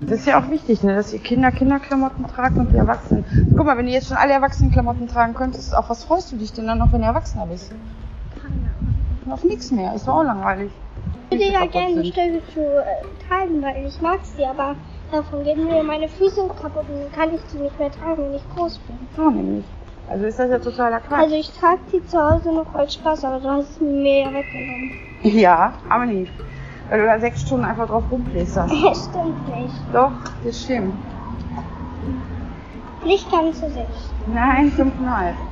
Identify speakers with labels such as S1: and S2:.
S1: Das ist ja auch wichtig, ne, dass ihr Kinder Kinderklamotten tragen und die Erwachsenen. Guck mal, wenn du jetzt schon alle Erwachsenenklamotten tragen könntest, auf was freust du dich denn dann noch, wenn du Erwachsener bist? Auf nichts mehr, ist doch auch langweilig.
S2: Ich würde ja
S1: Kaputt
S2: gerne die
S1: sind.
S2: Stöcke zu äh, tragen, weil ich mag sie, aber davon gehen mir meine Füße kaputt und dann kann ich die nicht mehr tragen, wenn ich groß bin.
S1: So nämlich. Also ist das ja totaler Quatsch.
S2: Also ich trage die zu Hause noch als Spaß, aber du hast es mir ja weggenommen.
S1: ja, aber nicht. Weil du da sechs Stunden einfach drauf rumplästerst.
S2: Stimmt nicht.
S1: Doch, das stimmt.
S2: Nicht ganz so sicher.
S1: Nein, fünfeinhalb.